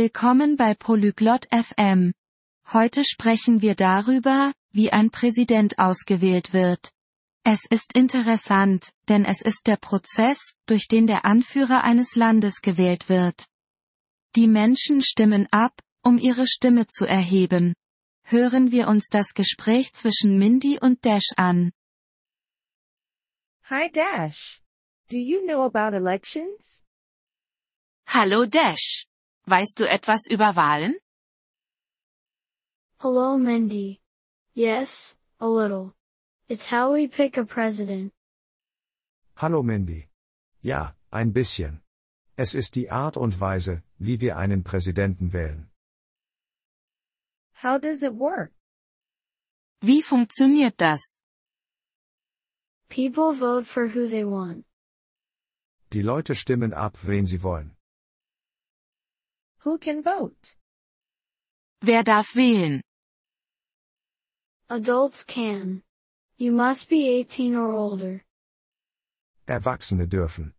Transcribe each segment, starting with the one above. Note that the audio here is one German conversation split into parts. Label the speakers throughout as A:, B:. A: Willkommen bei Polyglot FM. Heute sprechen wir darüber, wie ein Präsident ausgewählt wird. Es ist interessant, denn es ist der Prozess, durch den der Anführer eines Landes gewählt wird. Die Menschen stimmen ab, um ihre Stimme zu erheben. Hören wir uns das Gespräch zwischen Mindy und Dash an.
B: Hi Dash. Do you know about elections?
C: Hallo Dash. Weißt du etwas über Wahlen?
D: Hello, Mindy. Yes, a little. It's how we pick a president.
E: Hallo Mindy. Ja, ein bisschen. Es ist die Art und Weise, wie wir einen Präsidenten wählen.
B: How does it work?
C: Wie funktioniert das?
D: People vote for who they want.
E: Die Leute stimmen ab, wen sie wollen.
B: Who can vote?
C: Wer darf wählen?
D: Adults can. You must be 18 or older.
E: Erwachsene dürfen.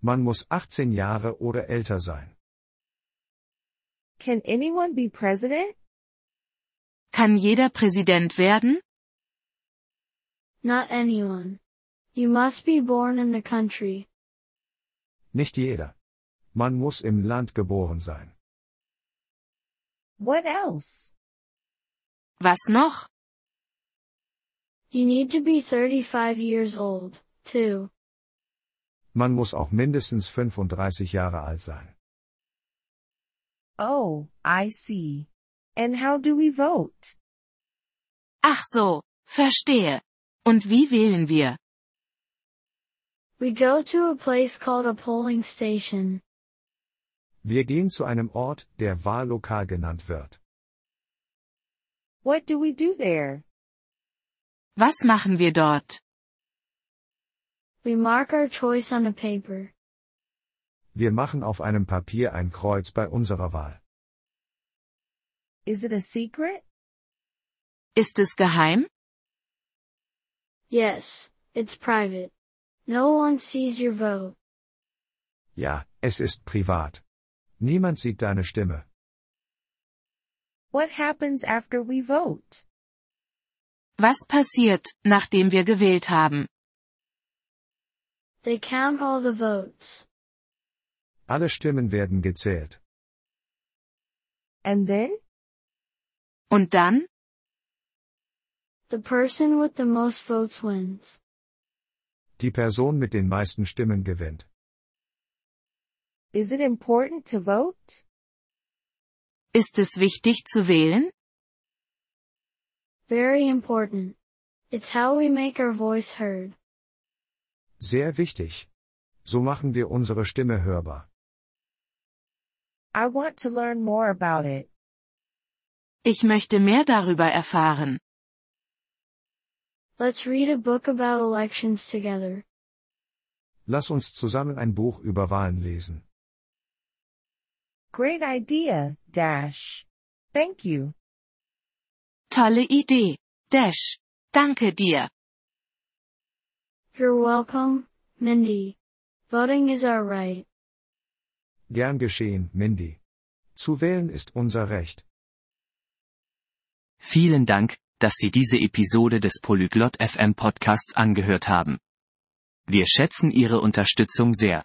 E: Man muss 18 Jahre oder älter sein.
B: Can anyone be president?
C: Kann jeder Präsident werden?
D: Not anyone. You must be born in the country.
E: Nicht jeder. Man muss im Land geboren sein.
B: What else?
C: Was noch?
D: You need to be 35 years old, too.
E: Man muss auch mindestens 35 Jahre alt sein.
B: Oh, I see. And how do we vote?
C: Ach so, verstehe. Und wie wählen wir?
D: We go to a place called a polling station.
E: Wir gehen zu einem Ort, der Wahllokal genannt wird.
B: What do we do there?
C: Was machen wir dort?
D: We mark our choice on a paper.
E: Wir machen auf einem Papier ein Kreuz bei unserer Wahl.
B: Is it a secret?
C: Ist es geheim?
D: Yes, it's private. No one sees your vote.
E: Ja, es ist privat. Niemand sieht deine Stimme.
B: What happens after we vote?
C: Was passiert, nachdem wir gewählt haben?
D: They count all the votes.
E: Alle Stimmen werden gezählt.
B: And then?
C: Und dann?
D: The person with the most votes wins.
E: Die Person mit den meisten Stimmen gewinnt.
B: Is it important to vote?
C: Ist es wichtig zu wählen?
D: Very important. It's how we make our voice heard.
E: Sehr wichtig. So machen wir unsere Stimme hörbar.
B: I want to learn more about it.
C: Ich möchte mehr darüber erfahren.
D: Let's read a book about elections together.
E: Lass uns zusammen ein Buch über Wahlen lesen.
B: Great idea, Dash. Thank you.
C: Tolle Idee. Dash. Danke dir.
D: You're welcome, Mindy. Voting is our right.
E: Gern geschehen, Mindy. Zu wählen ist unser Recht.
F: Vielen Dank, dass Sie diese Episode des Polyglot FM Podcasts angehört haben. Wir schätzen Ihre Unterstützung sehr.